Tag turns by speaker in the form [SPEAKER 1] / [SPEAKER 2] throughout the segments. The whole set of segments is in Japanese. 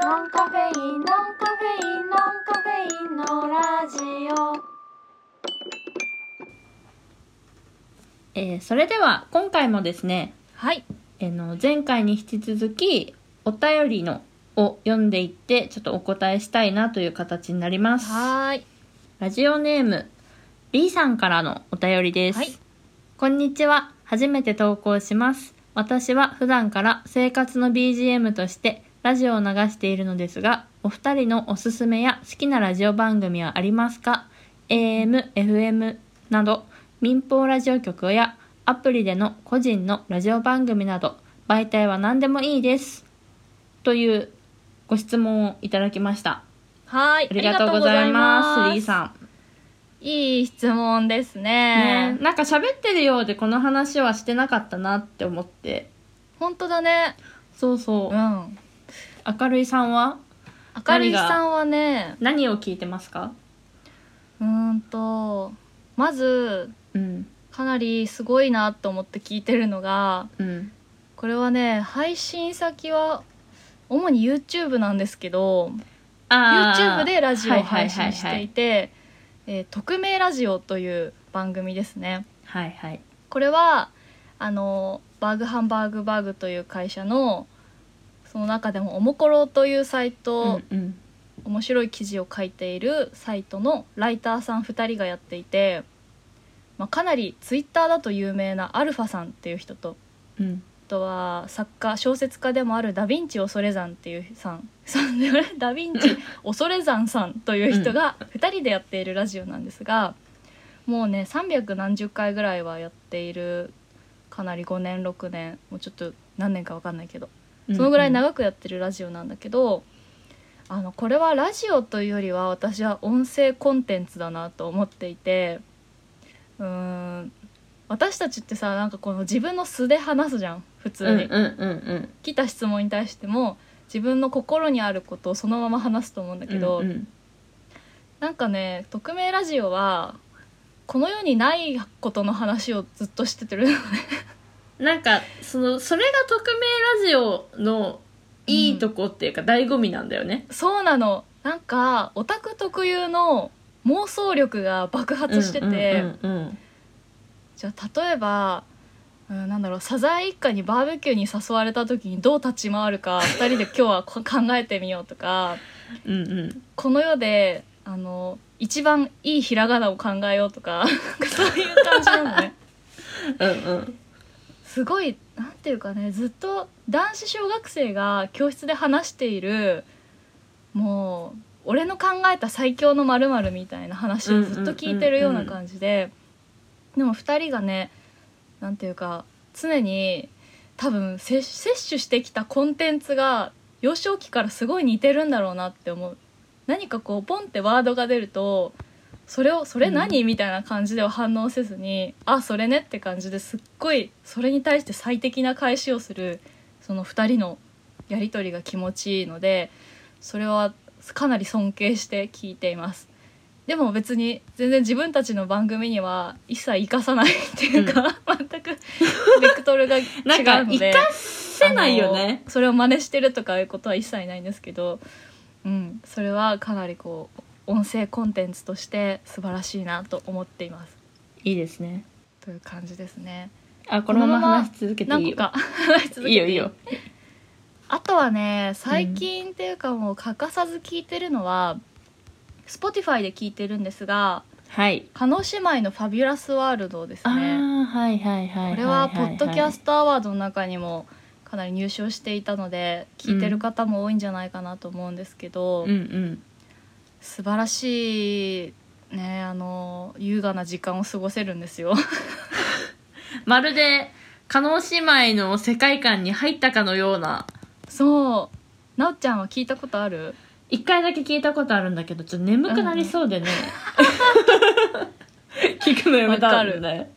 [SPEAKER 1] ノンカフェインノンカフェインノンカフェインのラジオ
[SPEAKER 2] えーそれでは今回もですね、
[SPEAKER 3] はい。
[SPEAKER 2] えーの前回に引き続きお便りのを読んでいってちょっとお答えしたいなという形になります。
[SPEAKER 3] はーい。
[SPEAKER 2] ラジオネーム、リーさんからのお便りです。
[SPEAKER 3] はい
[SPEAKER 2] こんにちは。初めて投稿します。私は普段から生活の BGM としてラジオを流しているのですが、お二人のおすすめや好きなラジオ番組はありますか ?AM、FM など民放ラジオ局やアプリでの個人のラジオ番組など媒体は何でもいいです。というご質問をいただきました。
[SPEAKER 3] はーい。
[SPEAKER 2] ありがとうございます、
[SPEAKER 3] ありがとうござい
[SPEAKER 2] リーさん。
[SPEAKER 3] いい質問ですね。
[SPEAKER 2] ね、なんか喋ってるようでこの話はしてなかったなって思って
[SPEAKER 3] 本当だね。
[SPEAKER 2] そうそうう、
[SPEAKER 3] ん。
[SPEAKER 2] 明るいさんは
[SPEAKER 3] 明るいさんはね、
[SPEAKER 2] 何を聞いてますか
[SPEAKER 3] うーんと、まず、
[SPEAKER 2] うん
[SPEAKER 3] かなりすごいなと思って聞いてるのが、
[SPEAKER 2] うん
[SPEAKER 3] これはね、配信先は、主に YouTube なんですけど、YouTube でラジオを配信してい
[SPEAKER 2] て
[SPEAKER 3] て、えー匿名ラジオという番組ですね。
[SPEAKER 2] はいはい
[SPEAKER 3] これはあのバーグハンバーグバーグという会社のその中でもおもころというサイト、
[SPEAKER 2] うんうん
[SPEAKER 3] 面白い記事を書いているサイトのライターさん2人がやっていて、まあ、かなりツイッターだと有名なアルファさんっていう人と
[SPEAKER 2] うん
[SPEAKER 3] あとは作家小説家でもあるダ・ヴィンチ恐山っていうさん さんダ・ヴィンチ恐山さんという人が2人でやっているラジオなんですが、もうね300何十回ぐらいはやっているかなり5年6年もうちょっと何年か分かんないけど
[SPEAKER 2] うん
[SPEAKER 3] そのぐらい長くやってるラジオなんだけど、あのこれはラジオというよりは私は音声コンテンツだなと思っていてうーん私たちってさなんかこの自分の素で話すじゃん普通
[SPEAKER 2] うんうん
[SPEAKER 3] に、
[SPEAKER 2] うんうん
[SPEAKER 3] 来た質問に対しても自分の心にあることをそのまま話すと思うんだけど、
[SPEAKER 2] うんうん
[SPEAKER 3] なんかね匿名ラジオはこの世にないことの話をずっとしててる
[SPEAKER 2] なんかそのそれが匿名ラジオのいいとこっていうか、醍醐味なんだよね
[SPEAKER 3] そうなのなんかオタク特有の妄想力が爆発してて、
[SPEAKER 2] うんうんうん
[SPEAKER 3] じゃあ例えば、うん、なんだろうサザエ一家にバーベキューに誘われた時にどう立ち回るか二人で今日はこ考えてみようとか
[SPEAKER 2] うんうんうん
[SPEAKER 3] この世であの一番いいひらがなを考えようとか そういう感じなのね。
[SPEAKER 2] うん
[SPEAKER 3] すごいなんていうかねずっと男子小学生が教室で話しているもう俺の考えた最強のまるみたいな話をずっと聞いてるような感じで、でも2人がねなんていうか常に多分摂摂取してきたコンテンツが幼少期からすごい似てるんだろうなって思う何かこうポンってワードが出るとそれを「それ何?」みたいな感じでは反応せずに「あそれね」って感じですっごいそれに対して最適な返しをするその2人のやり取りが気持ちいいのでそれはかなり尊敬して聞いています。でも別に全然自分たちの番組には一切生かさないっていうか、 全くベクトルが違うの
[SPEAKER 2] な
[SPEAKER 3] で
[SPEAKER 2] んか生かせないよね
[SPEAKER 3] あのそれを真似してるとかいうことは一切ないんですけど、うん、それはかなりこう音声コンテンツとして素晴らしいなと思っています
[SPEAKER 2] いいですね
[SPEAKER 3] という感じですね。
[SPEAKER 2] あこのまま話し続けていい
[SPEAKER 3] 何
[SPEAKER 2] よ
[SPEAKER 3] 個か 続けて
[SPEAKER 2] いいよいいよ
[SPEAKER 3] あとはね最近っていうかもう欠かさず聞いてるのは、Spotify で聞いてるんですが
[SPEAKER 2] はい
[SPEAKER 3] 叶姉妹の「ファビュラスワールド」です
[SPEAKER 2] あ
[SPEAKER 3] ね。
[SPEAKER 2] あはいはいはいいい
[SPEAKER 3] こ
[SPEAKER 2] い
[SPEAKER 3] れはポッドキャストアワードの中にもかなり入賞していたので聞いてる方も多いんじゃないかなと思うんですけど、
[SPEAKER 2] うんうん
[SPEAKER 3] 素晴らしいねあの優雅な時間を過ごせるんですよ
[SPEAKER 2] まるで叶姉妹の世界観に入ったかのような
[SPEAKER 3] そうなおちゃんは聞いたことある
[SPEAKER 2] 一回だけ聞いたことあるんだけどちょっと眠くなりそうでね、 聞くのやめたんだよね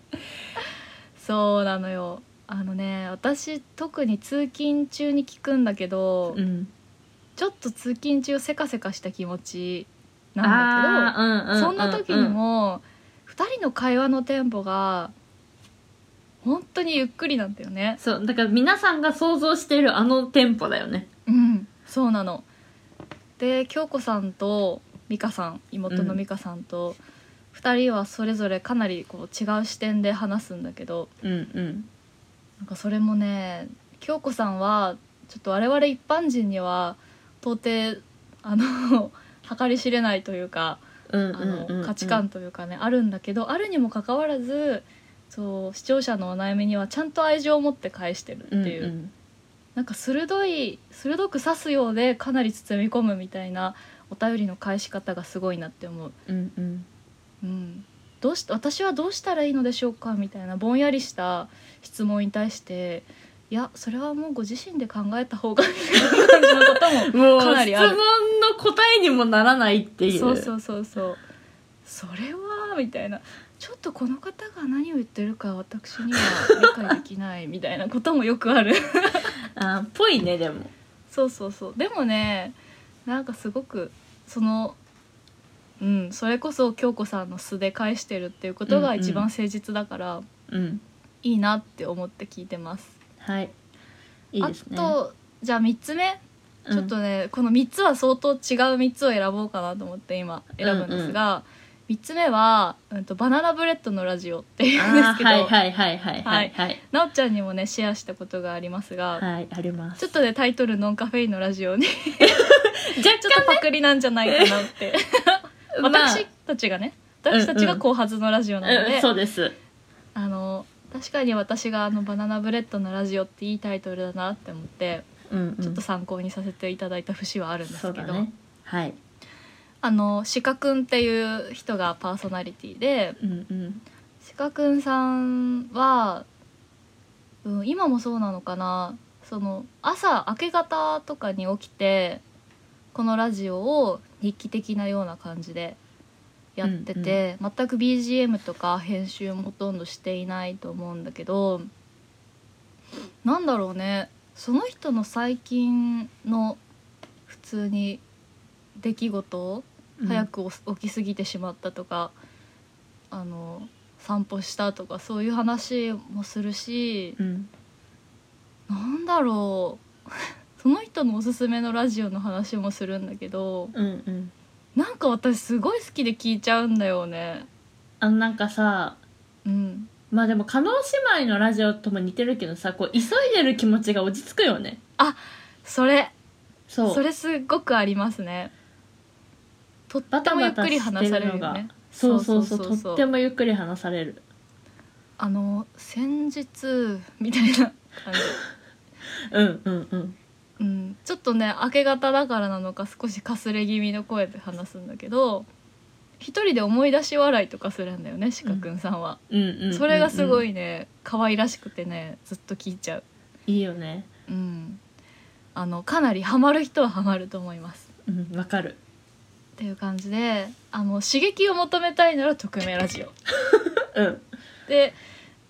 [SPEAKER 3] そうなのよあのね私特に通勤中に聞くんだけど、
[SPEAKER 2] うん
[SPEAKER 3] ちょっと通勤中せかせかした気持ちなんだ
[SPEAKER 2] あーうん
[SPEAKER 3] けど、そんな時にも、二人の会話のテンポが本当にゆっくりなんだよね
[SPEAKER 2] そうだから皆さんが想像しているあのテンポだよね
[SPEAKER 3] うんそうなので京子さんと美香さん妹の美香さんと、二人はそれぞれかなりこう違う視点で話すんだけど
[SPEAKER 2] うんうん
[SPEAKER 3] なんかそれもね京子さんはちょっと我々一般人には到底あの 計り知れないというか
[SPEAKER 2] うん
[SPEAKER 3] あ
[SPEAKER 2] うんうんう
[SPEAKER 3] の
[SPEAKER 2] ん
[SPEAKER 3] 価値観というかねあるんだけどあるにもかかわらずそう視聴者のお悩みにはちゃんと愛情を持って返してるって
[SPEAKER 2] うんうん
[SPEAKER 3] いうなんか鋭い鋭く刺すようでかなり包み込むみたいなお便りの返し方がすごいなって思う。
[SPEAKER 2] うんうん
[SPEAKER 3] うん、どうし私はどうしたらいいのでしょうかみたいなぼんやりした質問に対していやそれはもうご自身で考えた方がみたいな感じのことも
[SPEAKER 2] もう
[SPEAKER 3] かな
[SPEAKER 2] 質
[SPEAKER 3] りある
[SPEAKER 2] 問の答えにもならないっていう
[SPEAKER 3] そうそうそうそうそれはみたいなちょっとこの方が何を言ってるか私には理解できないみたいなこともよくある
[SPEAKER 2] あーぽいねでも
[SPEAKER 3] そうそうそうでもねなんかすごくそのうんそれこそ京子さんの素で返してるっていうこと
[SPEAKER 2] うん
[SPEAKER 3] が
[SPEAKER 2] うん
[SPEAKER 3] 一番誠実だから、
[SPEAKER 2] うん
[SPEAKER 3] いいなって思って聞いてます
[SPEAKER 2] はいいいですね
[SPEAKER 3] あとじゃあ3つ目
[SPEAKER 2] うん
[SPEAKER 3] ちょっとね、この3つは相当違う3つを選ぼうかなと思って今選ぶんですが、3つ目は、うんと「バナナブレッドのラジオ」っていうんです
[SPEAKER 2] あ
[SPEAKER 3] け
[SPEAKER 2] ー
[SPEAKER 3] ど、
[SPEAKER 2] はいはいはいはいはいはい
[SPEAKER 3] なおちゃんにもねシェアしたことがありますが、
[SPEAKER 2] はいあります
[SPEAKER 3] ちょっとねタイトル「ノンカフェインのラジ オ」にちょっと
[SPEAKER 2] 若
[SPEAKER 3] パクリなんじゃないかな って、
[SPEAKER 2] 干
[SPEAKER 3] 私たちがね私たちが後発のラジオなの
[SPEAKER 2] う
[SPEAKER 3] で、
[SPEAKER 2] ん、そうです
[SPEAKER 3] あの確かに私があの「バナナブレッドのラジオ」っていいタイトルだなって思って。
[SPEAKER 2] うんうん
[SPEAKER 3] ちょっと参考にさせていただいた節はあるんです
[SPEAKER 2] そう
[SPEAKER 3] け
[SPEAKER 2] だ
[SPEAKER 3] ど、
[SPEAKER 2] ねはい
[SPEAKER 3] あの鹿くんっていう人がパーソナリティで
[SPEAKER 2] うんうん
[SPEAKER 3] 鹿くんさんは、うん、今もそうなのかなその朝明け方とかに起きてこのラジオを日記的なような感じでやってて、全く BGM とか編集もほとんどしていないと思うんだけどなんだろうねその人の最近の普通に出来事早くお起きすぎてしまったとか、あの散歩したとかそういう話もするし
[SPEAKER 2] うん
[SPEAKER 3] なんだろう その人のおすすめのラジオの話もするんだけど
[SPEAKER 2] うんうん
[SPEAKER 3] なんか私すごい好きで聞いちゃうんだよね。
[SPEAKER 2] あのなんかさ
[SPEAKER 3] うん、
[SPEAKER 2] まあでも加納姉妹のラジオとも似てるけどさこう急いでる気持ちが落ち着くよね
[SPEAKER 3] それ
[SPEAKER 2] そう
[SPEAKER 3] それすっごくありますね。とっ
[SPEAKER 2] バ
[SPEAKER 3] て
[SPEAKER 2] タ
[SPEAKER 3] もゆ
[SPEAKER 2] バ
[SPEAKER 3] っ
[SPEAKER 2] タ
[SPEAKER 3] くり
[SPEAKER 2] して
[SPEAKER 3] 話され
[SPEAKER 2] る
[SPEAKER 3] る
[SPEAKER 2] の
[SPEAKER 3] よ
[SPEAKER 2] が
[SPEAKER 3] ね。
[SPEAKER 2] そうそうそう
[SPEAKER 3] そうそうそうそう
[SPEAKER 2] とってもゆっくり話される
[SPEAKER 3] あの先日みたいな感じ。
[SPEAKER 2] うんうんうん
[SPEAKER 3] うん、ちょっとね明け方だからなのか少しかすれ気味の声で話すんだけど一人で思い出し笑いとかするんだよね鹿くんさんは、
[SPEAKER 2] うんうんうんうん
[SPEAKER 3] それがすごいね可愛らしくてねずっと聞いちゃう、
[SPEAKER 2] いいよね
[SPEAKER 3] うん、あのかなりハマる人はハマると思います
[SPEAKER 2] うんわか
[SPEAKER 3] っ
[SPEAKER 2] る
[SPEAKER 3] ていう感じであの刺激を求めたいなら匿名ラジオ
[SPEAKER 2] うん
[SPEAKER 3] で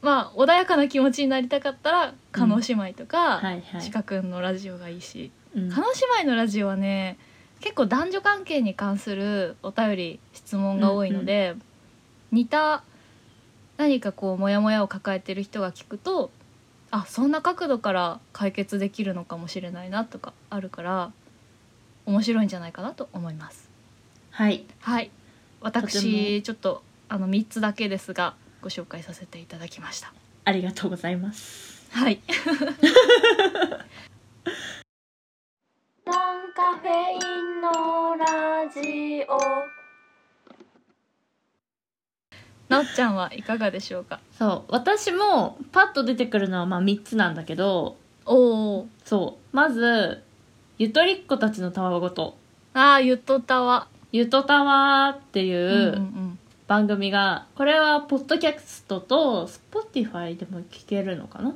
[SPEAKER 3] まあ穏やかな気持ちになりたかったら加納姉妹とか、
[SPEAKER 2] はいはい
[SPEAKER 3] 鹿くんのラジオがいいし
[SPEAKER 2] うん
[SPEAKER 3] 叶姉妹のラジオはね結構男女関係に関するお便り質問が多いので、似た何かこうモヤモヤを抱えてる人が聞くとあそんな角度から解決できるのかもしれないなとかあるから面白いんじゃないかなと思います。
[SPEAKER 2] はい
[SPEAKER 3] はい
[SPEAKER 2] とて
[SPEAKER 3] 私ちょっとあの3つだけですがご紹介させていただきました。
[SPEAKER 2] ありがとうございます
[SPEAKER 3] はい
[SPEAKER 1] ノンカフェインのラジオ
[SPEAKER 3] なっちゃんはいかがでしょうか
[SPEAKER 2] そう私もパッと出てくるのはまあ3つなんだけど
[SPEAKER 3] おお
[SPEAKER 2] そうまずゆとりっ子たちのたわごと
[SPEAKER 3] あー言っとったわ。
[SPEAKER 2] ゆとたわってい
[SPEAKER 3] うんうんう
[SPEAKER 2] うん番組が、これはポッドキャストと Spotify でも聞けるのかな
[SPEAKER 3] うんう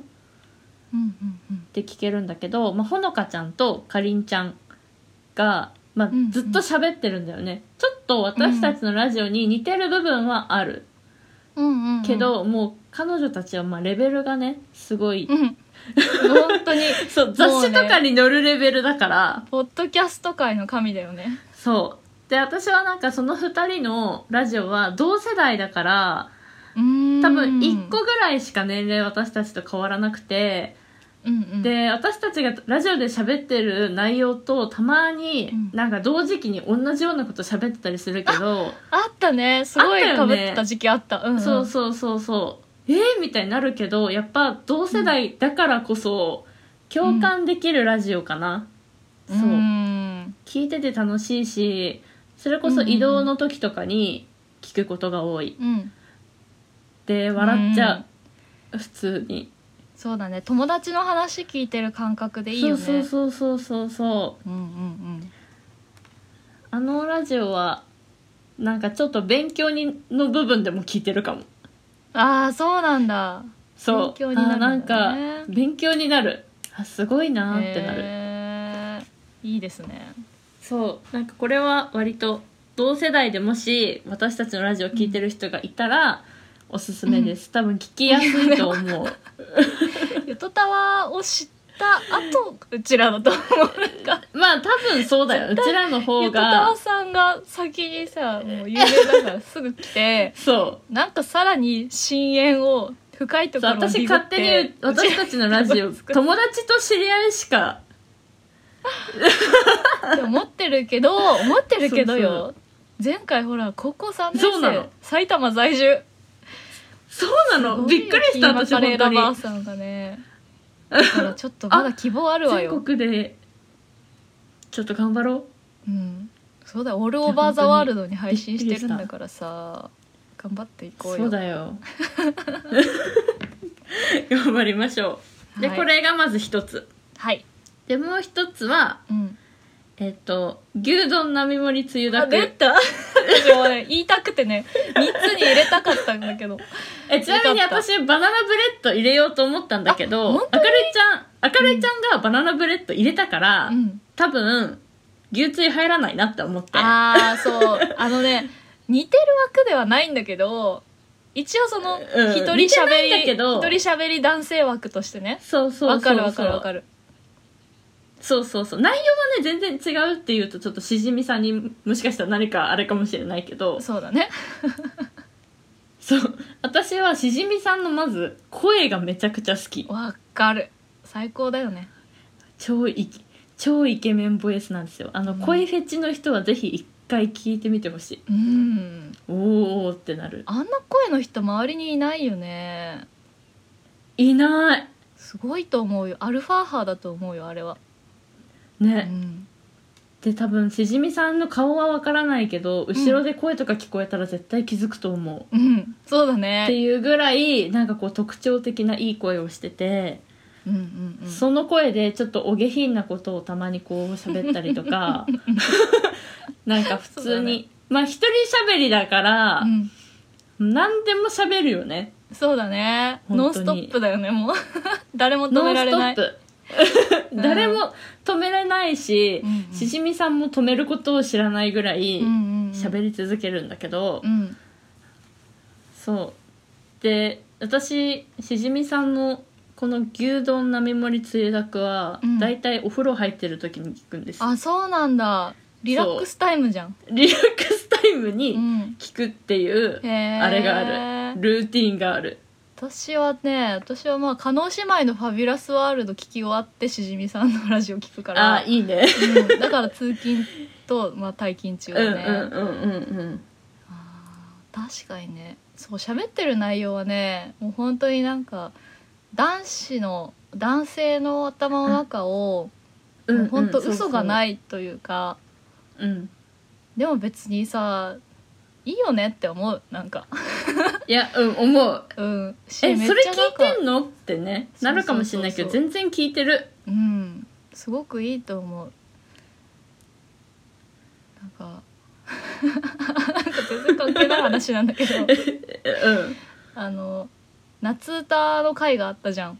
[SPEAKER 3] んうん
[SPEAKER 2] って聞けるんだけど、まあ、ほのかちゃんとかりんちゃんが、まあ
[SPEAKER 3] うんうん、
[SPEAKER 2] ずっと喋ってるんだよね、ちょっと私たちのラジオに似てる部分はある
[SPEAKER 3] うんうんうん
[SPEAKER 2] け、ど、もう彼女たちはまあレベルがねすごい、
[SPEAKER 3] うん、本当に
[SPEAKER 2] そう雑誌とかに載るレベルだから、
[SPEAKER 3] ポッドキャスト界の神だよね。
[SPEAKER 2] そうで私はなんかその2人のラジオは同世代だから多分1個ぐらいしか年齢私たちと変わらなくて、
[SPEAKER 3] で
[SPEAKER 2] で私たちがラジオで喋ってる内容とたまに
[SPEAKER 3] うん
[SPEAKER 2] なんか同時期に同じようなこと喋ってたりするけど、
[SPEAKER 3] あったねすごい
[SPEAKER 2] あった
[SPEAKER 3] 被
[SPEAKER 2] よね
[SPEAKER 3] ってた時期あったうんうん
[SPEAKER 2] そうそうそうそうえー、みたいになるけどやっぱ同世代だからこそ共感できるラジオかな、
[SPEAKER 3] うん
[SPEAKER 2] そう聞いてて楽しいしそれこそ移動の時とかに聞くことが多い
[SPEAKER 3] うん
[SPEAKER 2] で笑っちゃう、普通に
[SPEAKER 3] そうだね友達の話聞いてる感覚でいいよね
[SPEAKER 2] そうそうそうそうそう
[SPEAKER 3] うんうん
[SPEAKER 2] あのラジオはなんかちょっと勉強にの部分でも聞いてるかも
[SPEAKER 3] うんああそうなんだ
[SPEAKER 2] そう
[SPEAKER 3] 勉強になるんだね
[SPEAKER 2] あなんか勉強になるあすごいなーってなる、
[SPEAKER 3] へーいいですね
[SPEAKER 2] そうなんかこれは割と同世代でもし私たちのラジオ聞いてる人がいたらおすすめです、多分聞きやすい と思う
[SPEAKER 3] ゆとたわを知った後うちらだと思う
[SPEAKER 2] まあ多分そうだようちらの
[SPEAKER 3] ゆ
[SPEAKER 2] 方
[SPEAKER 3] とた
[SPEAKER 2] が
[SPEAKER 3] わさんが先にさもう有名だからすぐ来て
[SPEAKER 2] そ
[SPEAKER 3] なんかさらに深淵を深いと
[SPEAKER 2] う
[SPEAKER 3] こ
[SPEAKER 2] そう
[SPEAKER 3] ろを
[SPEAKER 2] 私
[SPEAKER 3] ディグっ
[SPEAKER 2] 勝手に
[SPEAKER 3] て
[SPEAKER 2] 私たちの ラジオ友達と知り合いしか
[SPEAKER 3] って思ってるけど思ってるけどよ
[SPEAKER 2] そう
[SPEAKER 3] 前回ほら高校3年
[SPEAKER 2] そうなの
[SPEAKER 3] 生埼玉在住
[SPEAKER 2] そうなのびっくりした私
[SPEAKER 3] カレーラ
[SPEAKER 2] 本当
[SPEAKER 3] バー
[SPEAKER 2] に
[SPEAKER 3] さんがねだからちょっとまだ希望あるわ
[SPEAKER 2] 全
[SPEAKER 3] よ、
[SPEAKER 2] 国でちょっと頑張ろう
[SPEAKER 3] うん、そうだよオールオーバーザワールドに配信してるんだからさ頑張っていこうよ
[SPEAKER 2] そうだよ 頑張りましょうで、
[SPEAKER 3] はい
[SPEAKER 2] これがまず一つ
[SPEAKER 3] はい、
[SPEAKER 2] でもう一つは
[SPEAKER 3] うん、
[SPEAKER 2] えっと牛丼並盛りつゆ
[SPEAKER 3] あ
[SPEAKER 2] だく
[SPEAKER 3] 出た私もね言いたくてね3つに入れたかったんだけど
[SPEAKER 2] えちなみに
[SPEAKER 3] よかっ
[SPEAKER 2] 私バナナブレッド入れようと思ったんだけど
[SPEAKER 3] あ
[SPEAKER 2] あ
[SPEAKER 3] 本
[SPEAKER 2] かるいちゃんあかるいちゃんがバナナブレッド入れたから、
[SPEAKER 3] うん
[SPEAKER 2] 多分牛つゆ入らないなって思って
[SPEAKER 3] ああそうあのね似てる枠ではないんだけど一応その一
[SPEAKER 2] うん
[SPEAKER 3] 人
[SPEAKER 2] 似て
[SPEAKER 3] 喋
[SPEAKER 2] ないん
[SPEAKER 3] り
[SPEAKER 2] だけ
[SPEAKER 3] 一
[SPEAKER 2] ど
[SPEAKER 3] 人喋り男性枠としてね
[SPEAKER 2] そうそうそう
[SPEAKER 3] わ
[SPEAKER 2] そ
[SPEAKER 3] か
[SPEAKER 2] う
[SPEAKER 3] るわかるわかる
[SPEAKER 2] そうそうそう内容はね全然違うっていうとちょっとしじみさんにもしかしたら何かあれかもしれないけど
[SPEAKER 3] そうだね
[SPEAKER 2] そう私はしじみさんのまず声がめちゃくちゃ好き
[SPEAKER 3] わかる最高だよね
[SPEAKER 2] 超イケ超イケメンボイスなんですよあの、
[SPEAKER 3] うん
[SPEAKER 2] 声フェチの人はぜひ一回聞いてみてほしい
[SPEAKER 3] うん
[SPEAKER 2] おーおーってなる
[SPEAKER 3] あんな声の人周りにいないよね
[SPEAKER 2] いない
[SPEAKER 3] すごいと思うよアルファ派だと思うよあれは、う
[SPEAKER 2] ね、
[SPEAKER 3] ん、
[SPEAKER 2] で多分しじみさんの顔はわからないけど後ろで声とか聞こえたら絶対気づくと思う、っ
[SPEAKER 3] うん、そうだ
[SPEAKER 2] て
[SPEAKER 3] ね
[SPEAKER 2] いうぐらいなんかこう特徴的ないい声をしてて
[SPEAKER 3] うんうんうん
[SPEAKER 2] その声でちょっとお下品なことをたまにこう喋ったりとか なんか普
[SPEAKER 3] そう
[SPEAKER 2] 通
[SPEAKER 3] だ
[SPEAKER 2] に、
[SPEAKER 3] ね
[SPEAKER 2] まあ一人喋りだから
[SPEAKER 3] う、ん
[SPEAKER 2] 何でも喋るよね
[SPEAKER 3] そうだね
[SPEAKER 2] 本当に
[SPEAKER 3] ノンストップだよねもう 誰も止
[SPEAKER 2] ノ
[SPEAKER 3] め
[SPEAKER 2] ン
[SPEAKER 3] ら
[SPEAKER 2] ス
[SPEAKER 3] れ
[SPEAKER 2] ト
[SPEAKER 3] な
[SPEAKER 2] ッ
[SPEAKER 3] い
[SPEAKER 2] プ
[SPEAKER 3] うん
[SPEAKER 2] 誰も止めれないし、
[SPEAKER 3] うんうん
[SPEAKER 2] しじみさんも止めることを知らないぐらい
[SPEAKER 3] 喋
[SPEAKER 2] 喋り続けるんだけど、
[SPEAKER 3] うん
[SPEAKER 2] そうで私しじみさんのこの牛丼並盛りつゆだくは、
[SPEAKER 3] うん
[SPEAKER 2] だいたいお風呂入ってる時に聞くんですよ
[SPEAKER 3] あそうなんだリラックスタイムじゃん、
[SPEAKER 2] リラックスタイム
[SPEAKER 3] う
[SPEAKER 2] に
[SPEAKER 3] ん、
[SPEAKER 2] 聞くっていう
[SPEAKER 3] へえ
[SPEAKER 2] あれがあるルーティンがある
[SPEAKER 3] 私はね私はまあ叶姉妹の「ファビュラスワールド」聞き終わってしじみさんのラジオ聞くから
[SPEAKER 2] あいいね
[SPEAKER 3] うん、だから通勤と、まあ、退勤中
[SPEAKER 2] うんう
[SPEAKER 3] だ
[SPEAKER 2] んう
[SPEAKER 3] ね、
[SPEAKER 2] んうんうん
[SPEAKER 3] あー確かにねそう喋ってる内容はねもう本当になんか男子の男性の頭の中を、
[SPEAKER 2] うん
[SPEAKER 3] も
[SPEAKER 2] う、
[SPEAKER 3] うん本当嘘がないいというか、
[SPEAKER 2] うん、
[SPEAKER 3] でも別にさいいよねって思うなんか
[SPEAKER 2] いやうん思う
[SPEAKER 3] うんし
[SPEAKER 2] え
[SPEAKER 3] めっ
[SPEAKER 2] それ
[SPEAKER 3] ちゃなんか
[SPEAKER 2] 聞いてんのってねなるかもしれないけど
[SPEAKER 3] そう
[SPEAKER 2] 全然聞いてる
[SPEAKER 3] うんすごくいいと思うなんか なんか全然関係ない話なんだけど
[SPEAKER 2] えうん
[SPEAKER 3] あの夏歌の回があったじゃん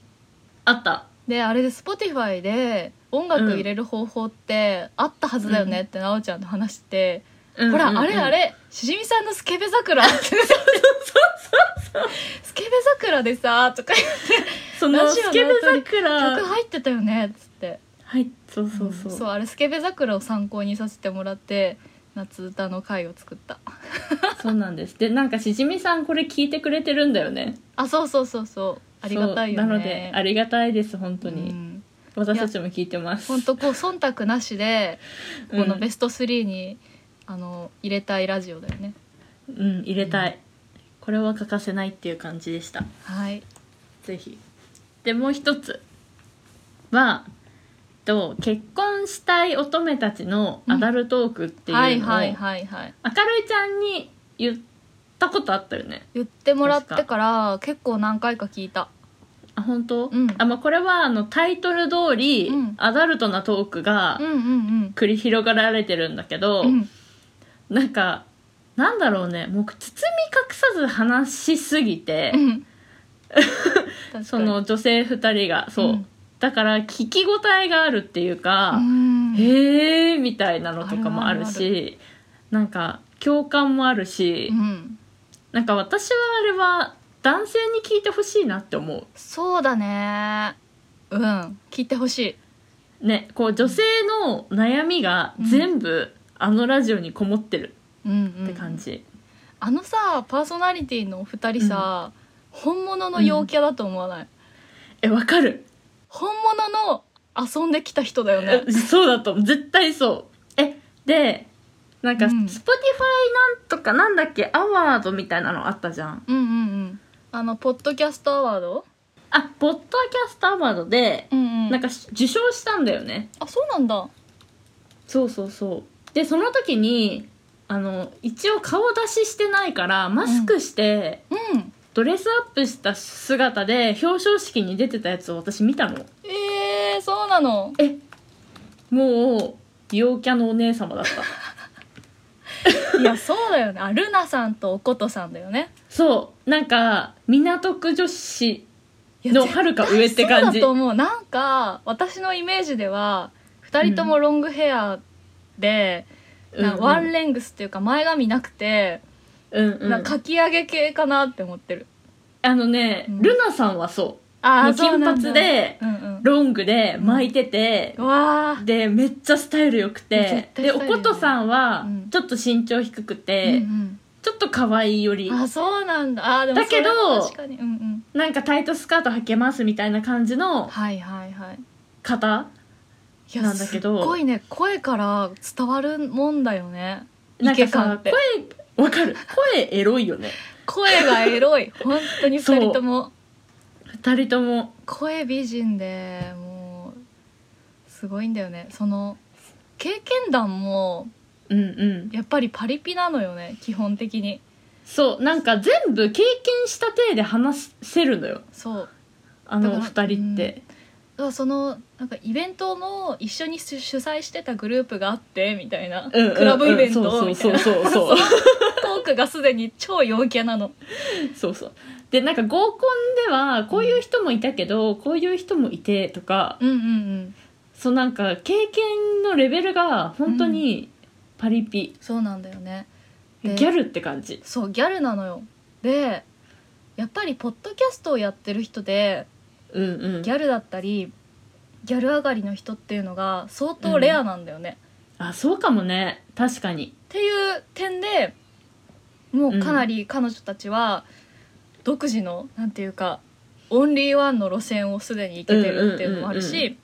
[SPEAKER 2] あった
[SPEAKER 3] であれで Spotify で音楽入れる方法ってあったはずだよねってなおちゃんと話して、
[SPEAKER 2] うん
[SPEAKER 3] ほら、
[SPEAKER 2] うんうん
[SPEAKER 3] あれあれしじみさんのスケベ桜ってスケベ桜でさとか
[SPEAKER 2] その
[SPEAKER 3] ラジオの
[SPEAKER 2] スケベ
[SPEAKER 3] 曲
[SPEAKER 2] 桜
[SPEAKER 3] 入ってたよねっつって
[SPEAKER 2] はいそうそうそう
[SPEAKER 3] あれスケベ桜を参考にさせてもらって夏歌の回を作った
[SPEAKER 2] そうなんですでなんかしじみさんこれ聞いてくれてるんだよね
[SPEAKER 3] あそうそうそうそうありがたいよね
[SPEAKER 2] そうなのでありがたいです本当
[SPEAKER 3] う
[SPEAKER 2] に、
[SPEAKER 3] ん
[SPEAKER 2] 私たちも聞いてます
[SPEAKER 3] 本当こう忖度なしでこの
[SPEAKER 2] うん
[SPEAKER 3] ベスト3に、あの入れたいラジオだよね
[SPEAKER 2] うん入れたい、これは欠かせないっていう感じでした
[SPEAKER 3] はい
[SPEAKER 2] ぜひでもう一つはと結婚したい乙女たちのアダルトークっていうのを、
[SPEAKER 3] はいはいはいはい
[SPEAKER 2] 明るいちゃんに言ったことあったよね
[SPEAKER 3] 言ってもらってから結構何回か聞いた
[SPEAKER 2] あ本当、
[SPEAKER 3] うん
[SPEAKER 2] あまあこれはあのタイトル通り、
[SPEAKER 3] うん
[SPEAKER 2] アダルトなトークが
[SPEAKER 3] うんうん
[SPEAKER 2] 繰り広がられてるんだけど、
[SPEAKER 3] うんうん
[SPEAKER 2] なんかなんだろうねもう包み隠さず話しすぎて、
[SPEAKER 3] うん確かに
[SPEAKER 2] その女性2人がそう、
[SPEAKER 3] うん
[SPEAKER 2] だから聞き応えがあるっていうか
[SPEAKER 3] う、ん
[SPEAKER 2] へえみたいなのとかもあ
[SPEAKER 3] あ
[SPEAKER 2] る
[SPEAKER 3] る
[SPEAKER 2] しなんか共感もあるし、
[SPEAKER 3] うん
[SPEAKER 2] なんか私はあれは男性に聞いてほしいなって思
[SPEAKER 3] そうだねうん聞いてほしいう
[SPEAKER 2] ねこう女性の悩みが全部あのラジオにこもってる
[SPEAKER 3] うんうん
[SPEAKER 2] って感じ、
[SPEAKER 3] あのさパーソナリティのお二人さ、本物の陽キャだと思わない、
[SPEAKER 2] えわかる
[SPEAKER 3] 本物の遊んできた人だよね
[SPEAKER 2] え そうだと思う絶対そうえでなんか
[SPEAKER 3] う
[SPEAKER 2] Spotify
[SPEAKER 3] ん
[SPEAKER 2] なんとかなんだっけアワードみたいなのあったじゃん
[SPEAKER 3] うんうんうんあのポッドキャストアワード
[SPEAKER 2] あポッドキャストアワードで
[SPEAKER 3] うんう
[SPEAKER 2] なんかし受賞したんだよね
[SPEAKER 3] あそうなんだ
[SPEAKER 2] そうそうそうでその時にあの一応顔出ししてないからマスクして、
[SPEAKER 3] うん
[SPEAKER 2] ドレスアップした姿で表彰式に出てたやつを私見たの
[SPEAKER 3] えー、そうなの
[SPEAKER 2] えもう陽キャのお姉様だった
[SPEAKER 3] いやそうだよねあルナさんとおことさんだよね
[SPEAKER 2] そうなんか港区女子
[SPEAKER 3] いや
[SPEAKER 2] のはるか上って感
[SPEAKER 3] そうだ
[SPEAKER 2] じ
[SPEAKER 3] と思うなんか私のイメージでは2人ともロングヘアで、な
[SPEAKER 2] うんうん
[SPEAKER 3] ワンレングスっていうか前髪なくて、
[SPEAKER 2] うんうん
[SPEAKER 3] なんかかき上げ系かなって思ってる
[SPEAKER 2] あのね、
[SPEAKER 3] うん
[SPEAKER 2] ルナさんはそ
[SPEAKER 3] あ
[SPEAKER 2] も
[SPEAKER 3] あ
[SPEAKER 2] う金髪で
[SPEAKER 3] うんうん
[SPEAKER 2] うロングで巻いてて、
[SPEAKER 3] うわー
[SPEAKER 2] でめっちゃスタイル良くて
[SPEAKER 3] 絶対
[SPEAKER 2] で
[SPEAKER 3] スタイ
[SPEAKER 2] お
[SPEAKER 3] ルいいね
[SPEAKER 2] ことさんは
[SPEAKER 3] うん
[SPEAKER 2] ちょっと身長低く
[SPEAKER 3] うん
[SPEAKER 2] て、ちょっと可愛いより
[SPEAKER 3] うん、あそうなんだあーでも
[SPEAKER 2] だけど
[SPEAKER 3] それは確かに、うんうん、
[SPEAKER 2] なんかタイトスカート履けますみたいな感じの
[SPEAKER 3] はいはいはい
[SPEAKER 2] 方
[SPEAKER 3] いや
[SPEAKER 2] なんだけど
[SPEAKER 3] すっごいね声から伝わるもんだよね
[SPEAKER 2] なんか
[SPEAKER 3] イケ感
[SPEAKER 2] さ
[SPEAKER 3] って
[SPEAKER 2] 声わかる声エロいよね
[SPEAKER 3] 声がエロ い本当に2人とも
[SPEAKER 2] 二人とも
[SPEAKER 3] 声美人でもうすごいんだよねその経験談も
[SPEAKER 2] うんうん
[SPEAKER 3] やっぱりパリピなのよね基本的に
[SPEAKER 2] そうなんか全部経験した体で話せるのよ
[SPEAKER 3] そう
[SPEAKER 2] あ
[SPEAKER 3] だか
[SPEAKER 2] の二
[SPEAKER 3] ら
[SPEAKER 2] 人って、
[SPEAKER 3] だからそのなんかイベントも一緒に主主催してたグループがあってみたいな、
[SPEAKER 2] うんうんうん
[SPEAKER 3] クラブイベント
[SPEAKER 2] そう
[SPEAKER 3] みたい
[SPEAKER 2] そう
[SPEAKER 3] な
[SPEAKER 2] そうそう
[SPEAKER 3] トークがすでに超陽キャなの
[SPEAKER 2] そうそうでなんか合コンではこういう人もいたけど、こういう人もいてとか
[SPEAKER 3] うんうんうん
[SPEAKER 2] そうなんか経験のレベルが本当にパリピ、
[SPEAKER 3] そうなんだよねで
[SPEAKER 2] ギャルって感じ
[SPEAKER 3] そうギャルなのよでやっぱりポッドキャストをやってる人で
[SPEAKER 2] うんうん
[SPEAKER 3] ギャルだったりギャル上がりの人っていうのが相当レアなんだよね、
[SPEAKER 2] あそうかもね確かに
[SPEAKER 3] っていう点でもうかなり彼女たちは独自のなんていうかオンリーワンの路線をすでに行けてるっていうのもある
[SPEAKER 2] うんうんうん
[SPEAKER 3] し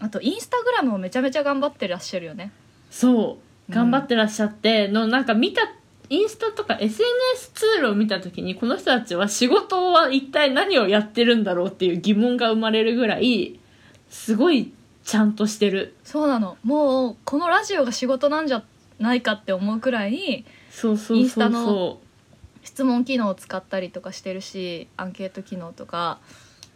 [SPEAKER 3] あとインスタグラムもめちゃめちゃ頑張ってらっしゃるよね。
[SPEAKER 2] そう
[SPEAKER 3] うん
[SPEAKER 2] 頑張ってらっしゃってのなんか見たインスタとか SNS ツールを見た時にこの人たちは仕事は一体何をやってるんだろうっていう疑問が生まれるぐらいすごいちゃんとしてる
[SPEAKER 3] そうなのもうこのラジオが仕事なんじゃないかって思うくらいに
[SPEAKER 2] そうそ
[SPEAKER 3] イ
[SPEAKER 2] う
[SPEAKER 3] ンス
[SPEAKER 2] そ
[SPEAKER 3] タ
[SPEAKER 2] う
[SPEAKER 3] の
[SPEAKER 2] そう
[SPEAKER 3] 質問機能を使ったりとかしてるしアンケート機能とか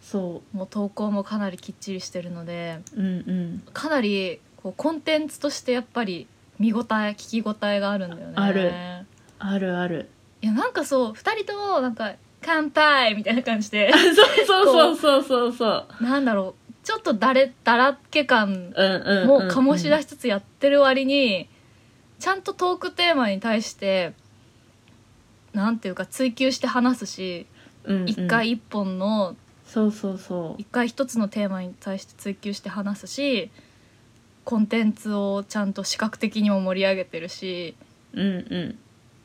[SPEAKER 2] そ
[SPEAKER 3] もう投稿もかなりきっちりしてるので
[SPEAKER 2] ううんうん
[SPEAKER 3] かなりこうコンテンツとしてやっぱり見応え聞き応えがあるんだよね。
[SPEAKER 2] あるあるある
[SPEAKER 3] いやなんかそう2人ともなんか「乾杯!」みたいな感じ で
[SPEAKER 2] あそうそうそうそうそうそう
[SPEAKER 3] なんだろうちょっとだれだらけ感
[SPEAKER 2] うんうんうん
[SPEAKER 3] も醸し出
[SPEAKER 2] し
[SPEAKER 3] しつつやってる割にちゃんとトークテーマに対してなんていうか追求して話すし一回一本の
[SPEAKER 2] そうそうそう
[SPEAKER 3] 一回一つのテーマに対して追求して話すしコンテンツをちゃんと視覚的にも盛り上げてるし
[SPEAKER 2] うんうん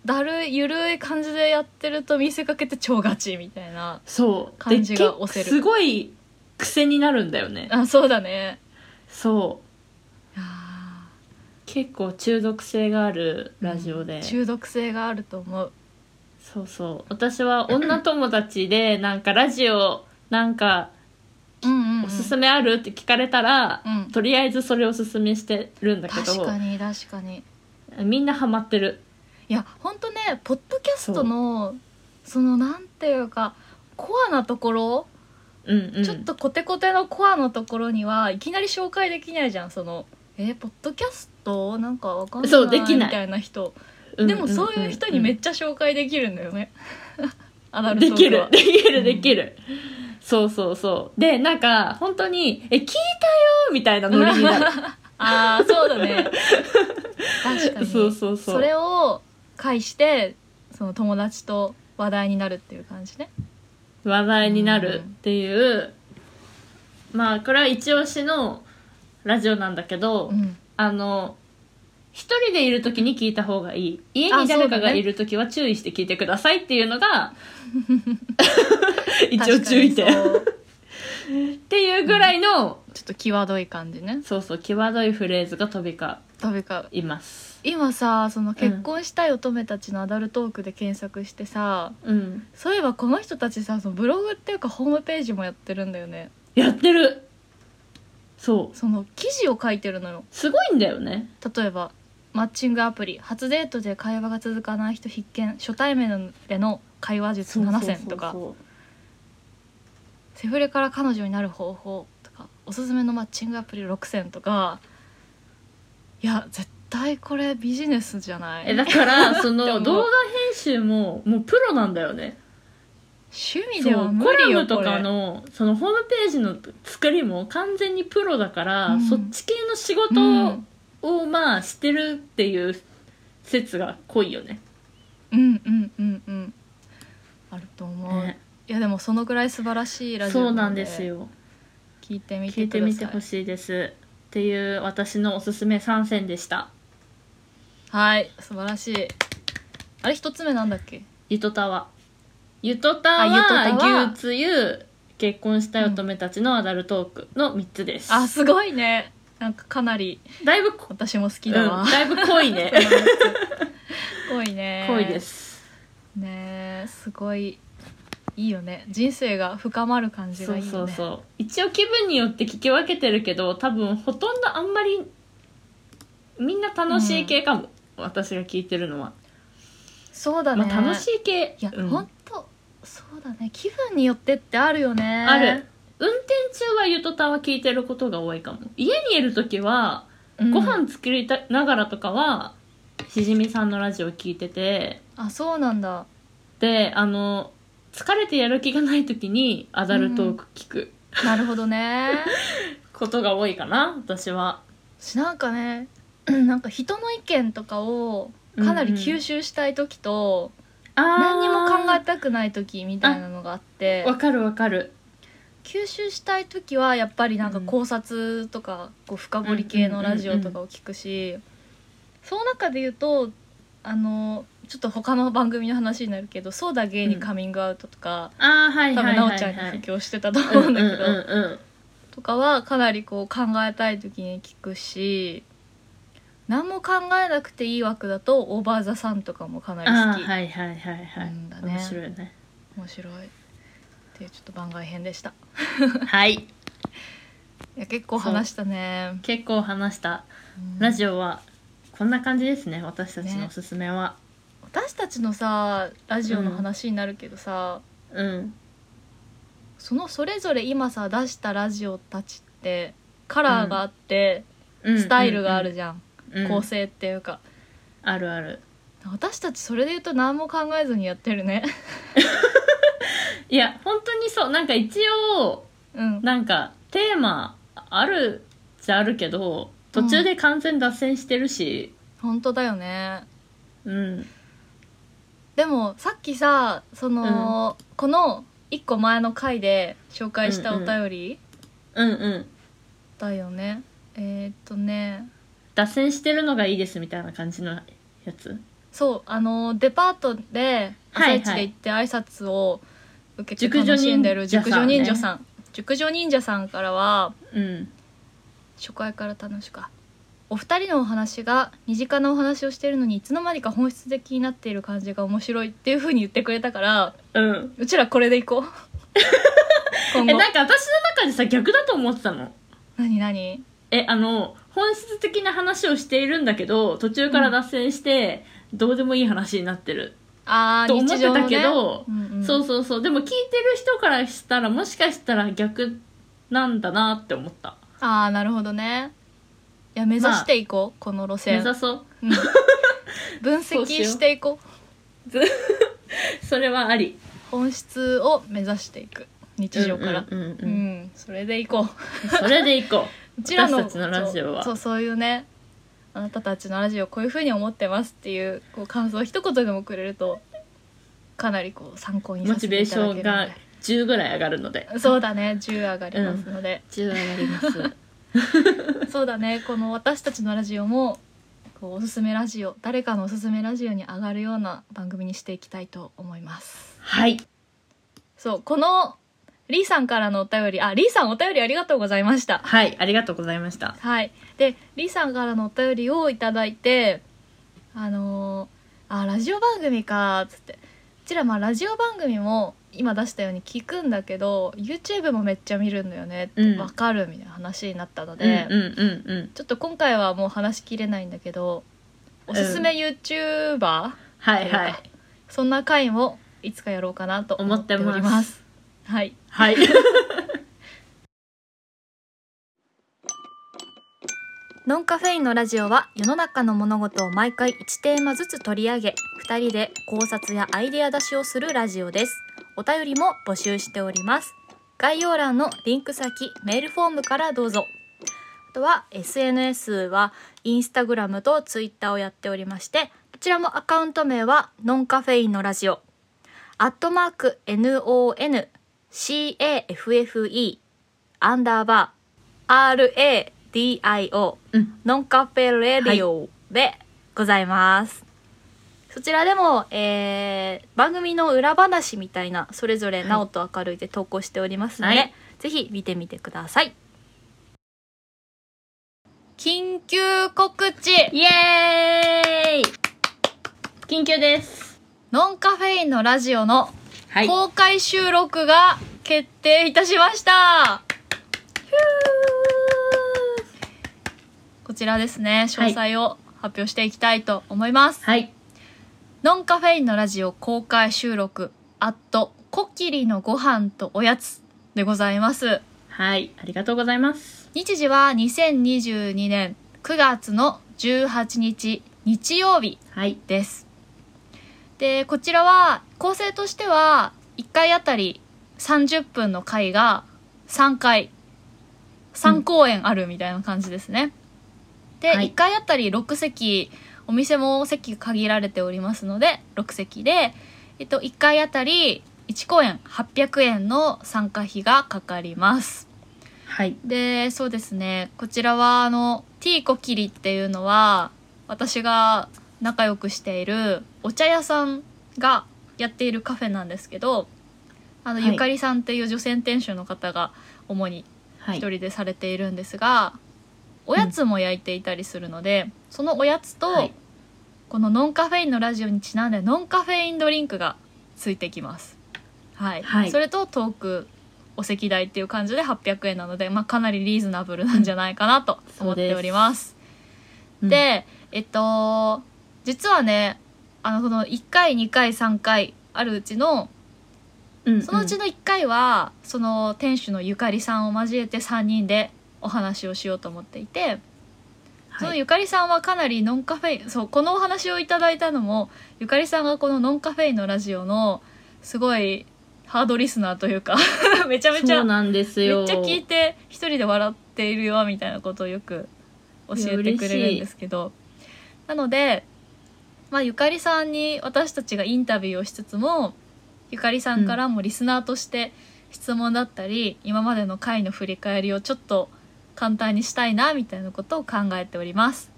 [SPEAKER 3] だるいゆるい感じでやってると見せかけて超勝ちみたいな
[SPEAKER 2] そうで
[SPEAKER 3] 感じが押せる
[SPEAKER 2] 結構すごい癖になるんだよね
[SPEAKER 3] あそうだね
[SPEAKER 2] そう
[SPEAKER 3] あ
[SPEAKER 2] 結構中毒性があるラジオで、
[SPEAKER 3] 中毒性があると思う
[SPEAKER 2] そうそう私は女友達 でなんかラジオなんか
[SPEAKER 3] うんうん、うん、
[SPEAKER 2] おすすめあるって聞かれたら、
[SPEAKER 3] うん
[SPEAKER 2] とりあえずそれおすすめしてるんだけ
[SPEAKER 3] 確
[SPEAKER 2] ど
[SPEAKER 3] かに確かに
[SPEAKER 2] みんなハマってる
[SPEAKER 3] いやほんとねポッドキャストのそのなんていうかコアなところ、
[SPEAKER 2] うんうん
[SPEAKER 3] ちょっとコテコテのコアのところにはいきなり紹介できないじゃんそのえーポッドキャストなんかわかんない
[SPEAKER 2] そうできな
[SPEAKER 3] み
[SPEAKER 2] い
[SPEAKER 3] たいな人
[SPEAKER 2] うん
[SPEAKER 3] でもそういう人にめっちゃ紹介できるんだよね アダルト
[SPEAKER 2] で
[SPEAKER 3] ー
[SPEAKER 2] き
[SPEAKER 3] ク
[SPEAKER 2] る
[SPEAKER 3] は
[SPEAKER 2] できる
[SPEAKER 3] ん
[SPEAKER 2] できる、そうそうそうでなんか本当に「え聞いたよ!」みたいなノリに なる
[SPEAKER 3] ああそうだね確かに
[SPEAKER 2] そうそうそう
[SPEAKER 3] それを介してその友達と話題になるっていう感じね
[SPEAKER 2] 話題になるっていう、まあこれは一押しのラジオなんだけど、
[SPEAKER 3] うん
[SPEAKER 2] あの一人でいる時に聞いた方がいい家
[SPEAKER 3] あ
[SPEAKER 2] に誰
[SPEAKER 3] そ
[SPEAKER 2] か
[SPEAKER 3] うだ
[SPEAKER 2] が
[SPEAKER 3] ね
[SPEAKER 2] いる時は注意して聞いてくださいっていう のが一応
[SPEAKER 3] 確か
[SPEAKER 2] 注
[SPEAKER 3] に
[SPEAKER 2] 意点っ
[SPEAKER 3] そう
[SPEAKER 2] ていうぐらいの、
[SPEAKER 3] ちょっと際どい感じね
[SPEAKER 2] そうそう際どいフレーズが飛び交
[SPEAKER 3] 食べか
[SPEAKER 2] います
[SPEAKER 3] 今さその結婚したい乙女たちのアダルトークで検索してさ、
[SPEAKER 2] うん
[SPEAKER 3] そういえばこの人たちさそのブログっていうかホームページもやってるんだよね
[SPEAKER 2] やってるそう
[SPEAKER 3] その記事を書いてるのよ
[SPEAKER 2] すごいんだよね
[SPEAKER 3] 例えばマッチングアプリ初デートで会話が続かない人必見初対面での会話術7選とか
[SPEAKER 2] そうそう
[SPEAKER 3] セフレから彼女になる方法とかおすすめのマッチングアプリ6選とかいや絶対これビジネスじゃない
[SPEAKER 2] えだから そ
[SPEAKER 3] で
[SPEAKER 2] の
[SPEAKER 3] も
[SPEAKER 2] 動画編集ももうプロなんだよね
[SPEAKER 3] 趣味
[SPEAKER 2] そう
[SPEAKER 3] では無理よ
[SPEAKER 2] コラムと
[SPEAKER 3] これ
[SPEAKER 2] かのそのホームページの作りも完全にプロだから、
[SPEAKER 3] うん
[SPEAKER 2] そっち系の仕
[SPEAKER 3] う
[SPEAKER 2] 事
[SPEAKER 3] ん
[SPEAKER 2] をまあしてるっていう説が濃いよね。
[SPEAKER 3] うんうんうんうんあると思う、
[SPEAKER 2] ね
[SPEAKER 3] いやでもそのぐらい素晴らしいラジオ
[SPEAKER 2] そうなんですよ。
[SPEAKER 3] 聞いてみ
[SPEAKER 2] 聞
[SPEAKER 3] て
[SPEAKER 2] い
[SPEAKER 3] く
[SPEAKER 2] て
[SPEAKER 3] だ
[SPEAKER 2] みて
[SPEAKER 3] さ
[SPEAKER 2] ほ
[SPEAKER 3] い
[SPEAKER 2] しいです。っていう私のおすすめ3選でした。
[SPEAKER 3] はい素晴らしいあれ一つ目なんだっけ
[SPEAKER 2] ゆとたわ。ゆとたわ、
[SPEAKER 3] あゆとたわ
[SPEAKER 2] 牛つゆ、結婚したい乙女たちのアダルトークの3つです。
[SPEAKER 3] あすごいねなんかかなり
[SPEAKER 2] だいぶこ、
[SPEAKER 3] 私も好き
[SPEAKER 2] うん、
[SPEAKER 3] だ わ、
[SPEAKER 2] だいぶ濃いね。
[SPEAKER 3] 濃いね
[SPEAKER 2] 濃いです。
[SPEAKER 3] ねえすごいいいよね人生が深まる感じ
[SPEAKER 2] そ
[SPEAKER 3] が
[SPEAKER 2] う
[SPEAKER 3] いいよね
[SPEAKER 2] そうそう一応気分によって聞き分けてるけど多分ほとんどあんまりみんな楽しい系かも、私が聞いてるのは、
[SPEAKER 3] そうだね、
[SPEAKER 2] まあ、楽しい系
[SPEAKER 3] いや、
[SPEAKER 2] うん
[SPEAKER 3] ほんとそうだね気分によってってあるよね
[SPEAKER 2] ある運転中はゆとたわ聞いてることが多いかも家にいる時は
[SPEAKER 3] うん
[SPEAKER 2] ご飯作りたながらとかは、しじみさんのラジオ聞いてて
[SPEAKER 3] あそうなんだ
[SPEAKER 2] であの疲れてやる気がない時にアダルトーク聞く
[SPEAKER 3] なるほどね
[SPEAKER 2] ことが多いかな私は
[SPEAKER 3] しなんかねうんなんか人の意見とかをかなり吸収したい時と、何にも考えたくない時みたいなのがあって
[SPEAKER 2] わかるわかる
[SPEAKER 3] 吸収したい時はやっぱりなんか考察とかこう深掘り系のラジオとかを聞くし、その中で言うとあのちょっと他の番組の話になるけど「そうだゲイにカミングアウト」とか、
[SPEAKER 2] あーはい
[SPEAKER 3] 多
[SPEAKER 2] は
[SPEAKER 3] 分
[SPEAKER 2] いは
[SPEAKER 3] 奈緒
[SPEAKER 2] い
[SPEAKER 3] ちゃ
[SPEAKER 2] は
[SPEAKER 3] んに
[SPEAKER 2] い
[SPEAKER 3] 布教してたと思うんだけど、
[SPEAKER 2] うんうんうん
[SPEAKER 3] とかはかなりこう考えたい時に聞くし何も考えなくていい枠だと「オーバー・ザ・サン」とかもかなり
[SPEAKER 2] あ
[SPEAKER 3] 好き、
[SPEAKER 2] ーはいはいはいはい、
[SPEAKER 3] うんだね
[SPEAKER 2] 面白いね
[SPEAKER 3] 面白いっていうちょっと番外編でした
[SPEAKER 2] はい
[SPEAKER 3] いや結構話したね、
[SPEAKER 2] 結構話したラ
[SPEAKER 3] オ
[SPEAKER 2] ジオはこんな感じですね私たちのおすすめは、
[SPEAKER 3] 私たちのさラジオの話になるけどさ、
[SPEAKER 2] うん
[SPEAKER 3] そのそれぞれ今さ出したラジオたちってカラーがあって、
[SPEAKER 2] うん
[SPEAKER 3] スタイルがある
[SPEAKER 2] じ
[SPEAKER 3] じゃん、
[SPEAKER 2] ゃん、うん
[SPEAKER 3] 構成っていうか
[SPEAKER 2] あるある
[SPEAKER 3] 私たちそれで言うと何も考えずにやってるね
[SPEAKER 2] いや本当にそうなんか一応
[SPEAKER 3] うん
[SPEAKER 2] なんかテーマあるじゃあるけど途中で完全脱線してるし
[SPEAKER 3] 本当だよね
[SPEAKER 2] うん
[SPEAKER 3] でもさっきさその、この一個前の回で紹介したお便り
[SPEAKER 2] うんうん
[SPEAKER 3] だよね、えーっとね
[SPEAKER 2] 脱線してるのがいいですみたいな感じのやつ
[SPEAKER 3] そうあのデパートで
[SPEAKER 2] は
[SPEAKER 3] 朝
[SPEAKER 2] い
[SPEAKER 3] 一
[SPEAKER 2] はい
[SPEAKER 3] で行って挨拶を受けて
[SPEAKER 2] 熟女
[SPEAKER 3] 楽しんでる
[SPEAKER 2] 忍者
[SPEAKER 3] 熟
[SPEAKER 2] さ
[SPEAKER 3] 女
[SPEAKER 2] んね
[SPEAKER 3] 忍者さん熟女忍者さんからは
[SPEAKER 2] うん
[SPEAKER 3] 初回から楽しかお二人のお話が身近なお話をしているのにいつの間にか本質的になっている感じが面白いっていう風に言ってくれたから
[SPEAKER 2] うん
[SPEAKER 3] うちらこれでい こう今
[SPEAKER 2] え
[SPEAKER 3] 後
[SPEAKER 2] なんか私の中でさ逆だと思ってたの
[SPEAKER 3] 何何
[SPEAKER 2] えあの本質的な話をしているんだけど途中から脱線して、どうでもいい話になってる、
[SPEAKER 3] あー
[SPEAKER 2] と思って
[SPEAKER 3] 日常の、ね、
[SPEAKER 2] たけど
[SPEAKER 3] うんうん
[SPEAKER 2] そうそうそうでも聞いてる人からしたらもしかしたら逆なんだなって思った
[SPEAKER 3] ああなるほどねいや目指していこう、この路
[SPEAKER 2] 目
[SPEAKER 3] 線
[SPEAKER 2] 指そう
[SPEAKER 3] うん分
[SPEAKER 2] そう
[SPEAKER 3] 析
[SPEAKER 2] しよう
[SPEAKER 3] していこう
[SPEAKER 2] それはあり
[SPEAKER 3] 本質を目指していく日常から
[SPEAKER 2] うんうんうん
[SPEAKER 3] う、
[SPEAKER 2] うんん
[SPEAKER 3] それでい こう
[SPEAKER 2] それでいこう
[SPEAKER 3] うちらの
[SPEAKER 2] 私たちのラジオは
[SPEAKER 3] そうそうそういうねあなたたちのラジオこういうふうに思ってますっていうこう感想を一言でもくれるとかなりこう参 考に
[SPEAKER 2] モ
[SPEAKER 3] さ
[SPEAKER 2] チ
[SPEAKER 3] せ
[SPEAKER 2] ベ
[SPEAKER 3] て
[SPEAKER 2] ー
[SPEAKER 3] い
[SPEAKER 2] シ
[SPEAKER 3] ただ
[SPEAKER 2] ョ
[SPEAKER 3] ける
[SPEAKER 2] ン
[SPEAKER 3] ので
[SPEAKER 2] が10ぐらい上がるので
[SPEAKER 3] そうだね10上がりますので、
[SPEAKER 2] 10上がります
[SPEAKER 3] そうだねこの私たちのラジオもこうおすすめラジオ誰かのおすすめラジオに上がるような番組にしていきたいと思います
[SPEAKER 2] はい
[SPEAKER 3] そうこのリーさんからのお便りあリーさんお便りありがとうございました
[SPEAKER 2] はいありがとうございました
[SPEAKER 3] はい、でリさんからのお便りをいただいてあのーあラジオ番組かーっつってうちらまあラジオ番組も今出したように聞くんだけど YouTube もめっちゃ見るんだよねって
[SPEAKER 2] うん
[SPEAKER 3] わかるみたいな話になったの
[SPEAKER 2] うん
[SPEAKER 3] で、
[SPEAKER 2] うんうんうん
[SPEAKER 3] ちょっと今回はもう話しきれないんだけどおすすめ YouTuber、
[SPEAKER 2] はいはい
[SPEAKER 3] そんな回もいつかやろうかなと思っております
[SPEAKER 2] 思ってます
[SPEAKER 3] はい
[SPEAKER 2] はい
[SPEAKER 3] ノンカフェインのラジオは世の中の物事を毎回1テーマずつ取り上げ2人で考察やアイデア出しをするラジオですお便りも募集しております概要欄のリンク先メールフォームからどうぞあとは SNS はインスタグラムとツイッターをやっておりましてこちらもアカウント名はノンカフェインのラジオアットマーク NONCAFFE アンダーバー RADIO
[SPEAKER 2] うん
[SPEAKER 3] ノンカフェレディオでございます。そちらでも、えー番組の裏話みたいなそれぞれ
[SPEAKER 2] はい
[SPEAKER 3] 直と明るいで投稿しておりますので、
[SPEAKER 2] はい
[SPEAKER 3] ぜひ見てみてください。緊急告知
[SPEAKER 2] イエーイ緊急です
[SPEAKER 3] ノンカフェインのラジオの
[SPEAKER 2] はい
[SPEAKER 3] 公開収録が決定いたしました、こちらですね詳細を発表していきたいと思います、
[SPEAKER 2] はい
[SPEAKER 3] ノンカフェインのラジオ公開収録アットコキリのご飯とおやつでございます
[SPEAKER 2] はいありがとうございます
[SPEAKER 3] 日時は2022年9月の18日日曜日
[SPEAKER 2] はい
[SPEAKER 3] ですでこちらは構成としては1回あたり30分の回が3回3公演あるみたいな感じですね、で、
[SPEAKER 2] はい
[SPEAKER 3] 1回あたり6席お店も席限られておりますので6席で、えっと、1回あたり1公演800円の参加費がかかります
[SPEAKER 2] はい
[SPEAKER 3] でそうですねこちらはあのティーコキリっていうのは私が仲良くしているお茶屋さんがやっているカフェなんですけどあの、
[SPEAKER 2] はい
[SPEAKER 3] ゆかりさんっていう女性店主の方が主に
[SPEAKER 2] は
[SPEAKER 3] 一
[SPEAKER 2] い
[SPEAKER 3] 人でされているんですが、おやつも焼いていたりするので、そのおやつと、
[SPEAKER 2] はい
[SPEAKER 3] このノンカフェインのラジオにちなんでノンカフェインドリンクがついてきます。はい、
[SPEAKER 2] はい
[SPEAKER 3] それとトークお席代っていう感じで800円なので、まあ、かなりリーズナブルなんじゃないかなと思っております。
[SPEAKER 2] う
[SPEAKER 3] で
[SPEAKER 2] ん
[SPEAKER 3] えっと実はねあのこの1回2回3回あるうちの
[SPEAKER 2] うんうん
[SPEAKER 3] そのうちの1回は、その店主のゆかりさんを交えて3人でお話をしようと思っていて、その
[SPEAKER 2] はい
[SPEAKER 3] ゆかりさんはかなりノンカフェインそうこのお話をいただいたのもゆかりさんがこのノンカフェインのラジオのすごいハードリスナーというか めちゃめち
[SPEAKER 2] そ
[SPEAKER 3] ゃ
[SPEAKER 2] う
[SPEAKER 3] めっ
[SPEAKER 2] なんです
[SPEAKER 3] ちゃ
[SPEAKER 2] よ
[SPEAKER 3] 聞いて一人で笑っているよみたいなことをよく教えてくれるんですけどなので、まあ、ゆかりさんに私たちがインタビューをしつつもゆかりさんからもリスナーとして質問だったり、今までの回の振り返りをちょっと簡単にしたいなみたいなことを考えております。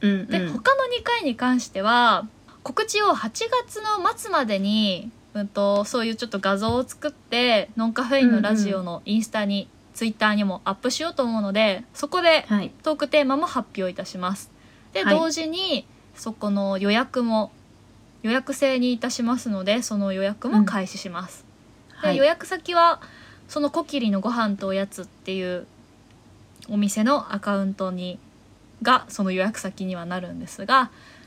[SPEAKER 2] うんうん
[SPEAKER 3] で、他の2回に関しては告知を8月の末までに、うん、とそういうちょっと画像を作ってノンカフェインのラジオのインスタに、ツイッターにもアップしようと思うのでそこで
[SPEAKER 2] はい
[SPEAKER 3] トークテーマも発表いたします。で、
[SPEAKER 2] はい
[SPEAKER 3] 同時にそこの予約も予約制にいたしますのでその予約も開始します。で、
[SPEAKER 2] はい
[SPEAKER 3] 予約先はそのコキリのご飯とおやつっていうお店のアカウントにがその予約先にはなるんですが、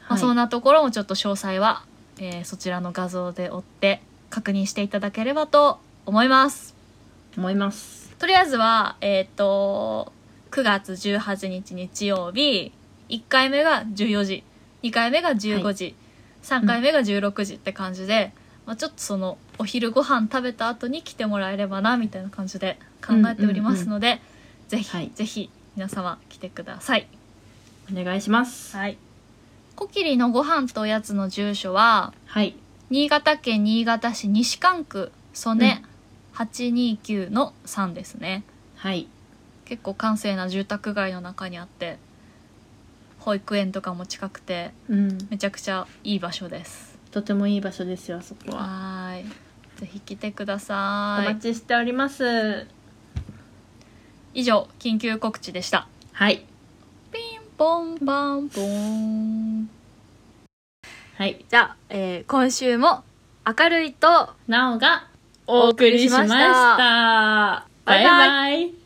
[SPEAKER 3] まあ、そんなところもちょっと詳細は、えーそちらの画像で追って確認していただければと思います。
[SPEAKER 2] 思います
[SPEAKER 3] とりあえずは、えーっ、と、9月18日日曜日、1回目が14時、2回目が15時、3回目が16時って感じで、まあ、ちょっとその、お昼ご飯食べた後に来てもらえればな、みたいな感じで考えておりますので、ぜひ、
[SPEAKER 2] はい
[SPEAKER 3] ぜひ、皆様来てください。
[SPEAKER 2] お願いします
[SPEAKER 3] はい。コキリのご飯とおやつの住所は、
[SPEAKER 2] はい
[SPEAKER 3] 新潟県新潟市西関区、曽根829の3ですね。
[SPEAKER 2] はい
[SPEAKER 3] 結構閑静な住宅街の中にあって保育園とかも近くて
[SPEAKER 2] うん
[SPEAKER 3] めちゃくちゃいい場所です
[SPEAKER 2] とてもいい場所ですよあそこは
[SPEAKER 3] はーいぜひ来てくだ
[SPEAKER 2] お
[SPEAKER 3] さ
[SPEAKER 2] 待ちしております
[SPEAKER 3] い以上緊急告知でした
[SPEAKER 2] はい
[SPEAKER 3] ピンポンパンポン
[SPEAKER 2] はい
[SPEAKER 3] じゃあ、えー今週も明るいと
[SPEAKER 2] なおがお送りしました
[SPEAKER 3] バイバイ
[SPEAKER 2] バイバイ